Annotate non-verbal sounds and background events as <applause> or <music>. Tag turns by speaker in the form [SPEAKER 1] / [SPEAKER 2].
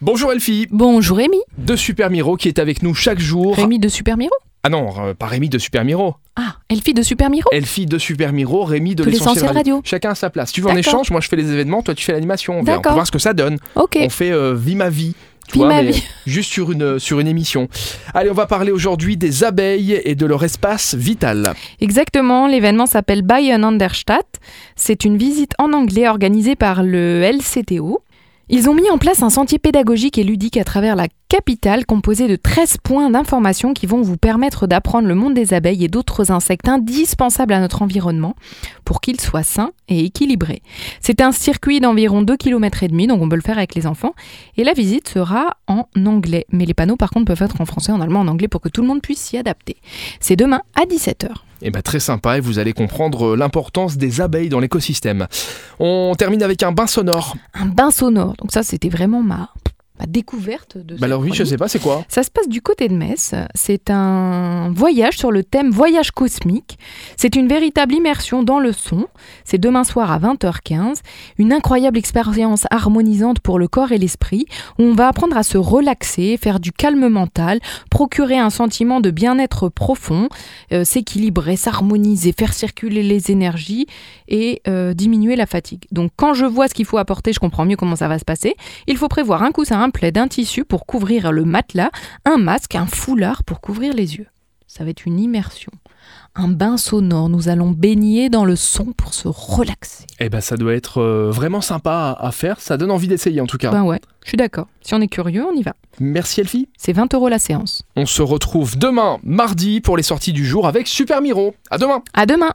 [SPEAKER 1] Bonjour Elfie,
[SPEAKER 2] Bonjour Rémi,
[SPEAKER 1] de Super Miro qui est avec nous chaque jour.
[SPEAKER 2] Rémi de Super Miro.
[SPEAKER 1] Ah non, euh, pas Rémi de Super Miro.
[SPEAKER 2] Ah, Elfie de Super Miro.
[SPEAKER 1] Elfie de Super Miro, Rémi de
[SPEAKER 2] De
[SPEAKER 1] l'essentiel
[SPEAKER 2] l'Essentiel
[SPEAKER 1] radio.
[SPEAKER 2] Radio.
[SPEAKER 1] Chacun à sa place. Tu veux en
[SPEAKER 2] D'accord.
[SPEAKER 1] échange, moi je fais les événements, toi tu fais l'animation. On verra, on peut
[SPEAKER 2] D'accord.
[SPEAKER 1] voir ce que ça donne.
[SPEAKER 2] Ok.
[SPEAKER 1] On fait euh, Vie ma vie. tu
[SPEAKER 2] Vie
[SPEAKER 1] vois,
[SPEAKER 2] ma
[SPEAKER 1] mais
[SPEAKER 2] vie.
[SPEAKER 1] <laughs> Juste sur une, euh, sur une émission. Allez, on va parler aujourd'hui des abeilles et de leur espace vital.
[SPEAKER 2] Exactement, l'événement s'appelle Bayern an der Stadt. C'est une visite en anglais organisée par le LCTO. Ils ont mis en place un sentier pédagogique et ludique à travers la capitale composé de 13 points d'information qui vont vous permettre d'apprendre le monde des abeilles et d'autres insectes indispensables à notre environnement pour qu'il soit sain et équilibré. C'est un circuit d'environ 2,5 km et demi donc on peut le faire avec les enfants et la visite sera en anglais mais les panneaux par contre peuvent être en français, en allemand, en anglais pour que tout le monde puisse s'y adapter. C'est demain à 17h.
[SPEAKER 1] Et ben très sympa et vous allez comprendre euh, l'importance des abeilles dans l'écosystème. On termine avec un bain sonore.
[SPEAKER 2] un bain sonore. Donc ça, c'était vraiment ma, ma découverte de
[SPEAKER 1] Bah alors oui, je sais pas, c'est quoi
[SPEAKER 2] Ça se passe du côté de Metz. C'est un voyage sur le thème voyage cosmique. C'est une véritable immersion dans le son. C'est demain soir à 20h15. Une incroyable expérience harmonisante pour le corps et l'esprit où on va apprendre à se relaxer, faire du calme mental, procurer un sentiment de bien-être profond, euh, s'équilibrer, s'harmoniser, faire circuler les énergies et euh, diminuer la fatigue. Donc quand je vois ce qu'il faut apporter, je comprends mieux comment ça va se passer. Il faut prévoir un coussin, un plaid, un tissu pour couvrir le matelas, un masque, un foulard pour couvrir les yeux. Ça va être une immersion. Un bain sonore, nous allons baigner dans le son pour se relaxer.
[SPEAKER 1] Eh ben ça doit être euh, vraiment sympa à, à faire, ça donne envie d'essayer en tout cas.
[SPEAKER 2] Ben ouais, je suis d'accord. Si on est curieux, on y va.
[SPEAKER 1] Merci Elfie.
[SPEAKER 2] C'est 20 euros la séance.
[SPEAKER 1] On se retrouve demain, mardi, pour les sorties du jour avec Super Miro. À demain!
[SPEAKER 2] À demain